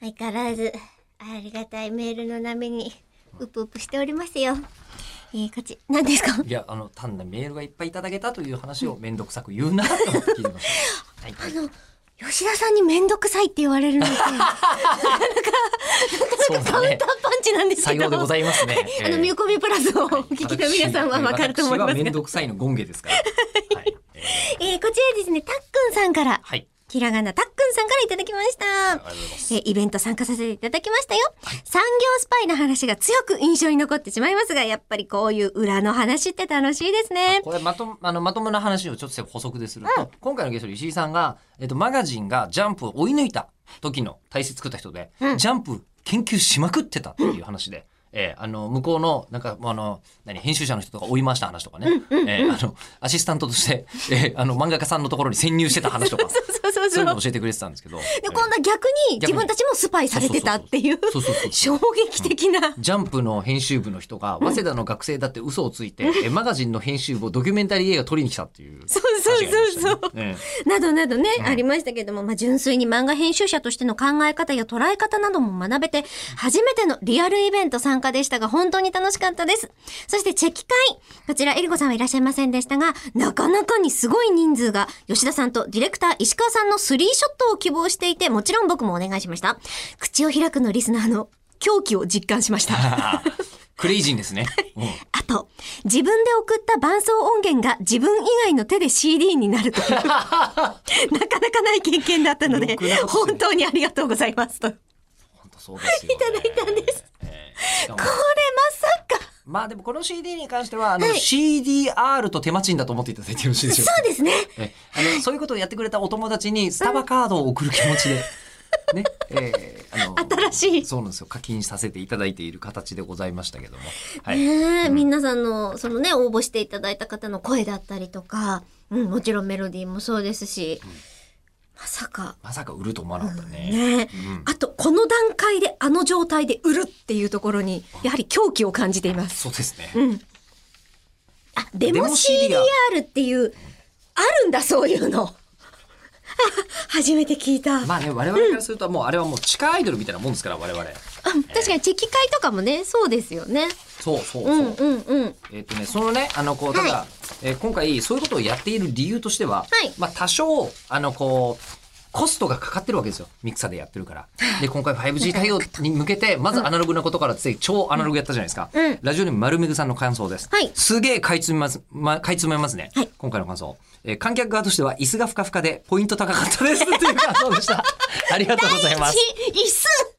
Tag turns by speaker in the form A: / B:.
A: 相変わらずありがたいメールの波にうぷうぷしておりますよ。えー、こっち何ですか。
B: いや、あの、単なるメールがいっぱいいただけたという話をめんどくさく言うなと思って聞いてました。はい、はい
A: あの 吉田さんに面倒くさいって言われるの って
B: そう
A: カ
B: だ
A: ウンタ ー
B: ね。
A: パンチなんです
B: さ
A: け
B: よ
A: ど。
B: うでございますね。
A: あの
B: えー
A: ミューコミプラスをお聞きの皆さんはわかると思います
B: 私はめ
A: が
B: ん、どくさいのゴンゲ ですから。はい。えー
A: えー、こちらですねたっくんさんから
B: はい。
A: ひらがなたっくんさんからいただきました。
B: ありがとうございます。
A: えーイベント参加させていただきましたよ。産業スパイの話が強く印象に残ってしまいますが、やっぱりこういう裏の話って楽しいですね。
B: これまともあのまともな話をちょっと補足ですると、今回のゲストの石井さんが、えっと、マガジンがジャンプを追い抜いた時の体制作った人で、ジャンプ研究しまくってたっていう話で。えーあの、向こうの、なんか、あの、何、編集者の人とか追い回した話とかね。えーあの、アシスタントとして、えーあの、漫画家さんのところに潜入してた話とか、そう
A: そうそう
B: い
A: そうう
B: の。を教えてくれてたんですけど。
A: で、今度は逆に自分たちもスパイされてたっていう
B: そうそうそうそう、
A: 衝撃的な。
B: ジャンプの編集部の人が、早稲田の学生だって嘘をついて、えマガジンの編集部をドキュメンタリー映画撮りに来たっていう。
A: そうそうそうそう。
B: ええ
A: などなどね、ありましたけども、まあ、純粋に漫画編集者としての考え方や捉え方なども学べて、初めてのリアルイベント参加でしたが、本当に楽しかったです。そして、チェキ会。こちら、エリコさんはいらっしゃいませんでしたが、なかなかにすごい人数が、吉田さんとディレクター石川さんのスリーショットを希望していて、もちろん僕もお願いしました。口を開くのリスナーの狂気を実感しました。
B: あークレイジーですね。うん
A: あと、自分で送った伴奏音源が自分以外の手で CD になる というなかなかない経験だったので
B: ろくな、こと
A: 本当にありがとうございますと。こ
B: 本当そうですよ、ね。いただいたんです。しかも
A: れまさか。
B: まあでもこの CD に関しては、あの、CDR と手間賃だと思っていただいてよろしいでしょうか
A: そうですね。
B: えあのそういうことをやってくれたお友達にスタバカードを送る気持ちで。ね、えーあの
A: 新しい
B: そうなんですよ課金させていただいている形でございましたけども、はい、
A: ねえ、皆さんの、そのね、応募していただいた方の声だったりとか、うん、もちろんメロディーもそうですし、まさか。
B: まさか売ると思わなかったね。
A: ねえ
B: うん
A: あと、この段階で、あの状態で売るっていうところに、やはり狂気を感じています。
B: そうですね。
A: あ、デ
B: デ
A: モ
B: モ CDR
A: CDR っていう、あるんだ、そういうの。あ初めて聞いた。
B: まあね我々からするともうあれはもう地下アイドルみたいなもんですから我々。
A: あ確かに、チェキ会とかもね、そうですよね。
B: そうそう
A: う
B: そ
A: ん
B: う。
A: うんうん。
B: えっ、とね、そのね、あの、こう、ただ、
A: は
B: えー今回、そういうことをやっている理由としては、
A: はい
B: まあ、多少、あの、こう、コストがかかってるわけですよ。ミクサでやってるから。で、今回 5G 対応に向けて、まずアナログなことからつい超アナログやったじゃないですか。
A: うん
B: ラジオネーム丸めぐさんの感想です。
A: はい
B: すげえ買い詰めます、ま、買い詰めますね。
A: はい
B: 今回の感想。えー観客側としては、 椅子がふかふかで、ポイント高かったですっていう感想でした。ありがとうございます。
A: 椅子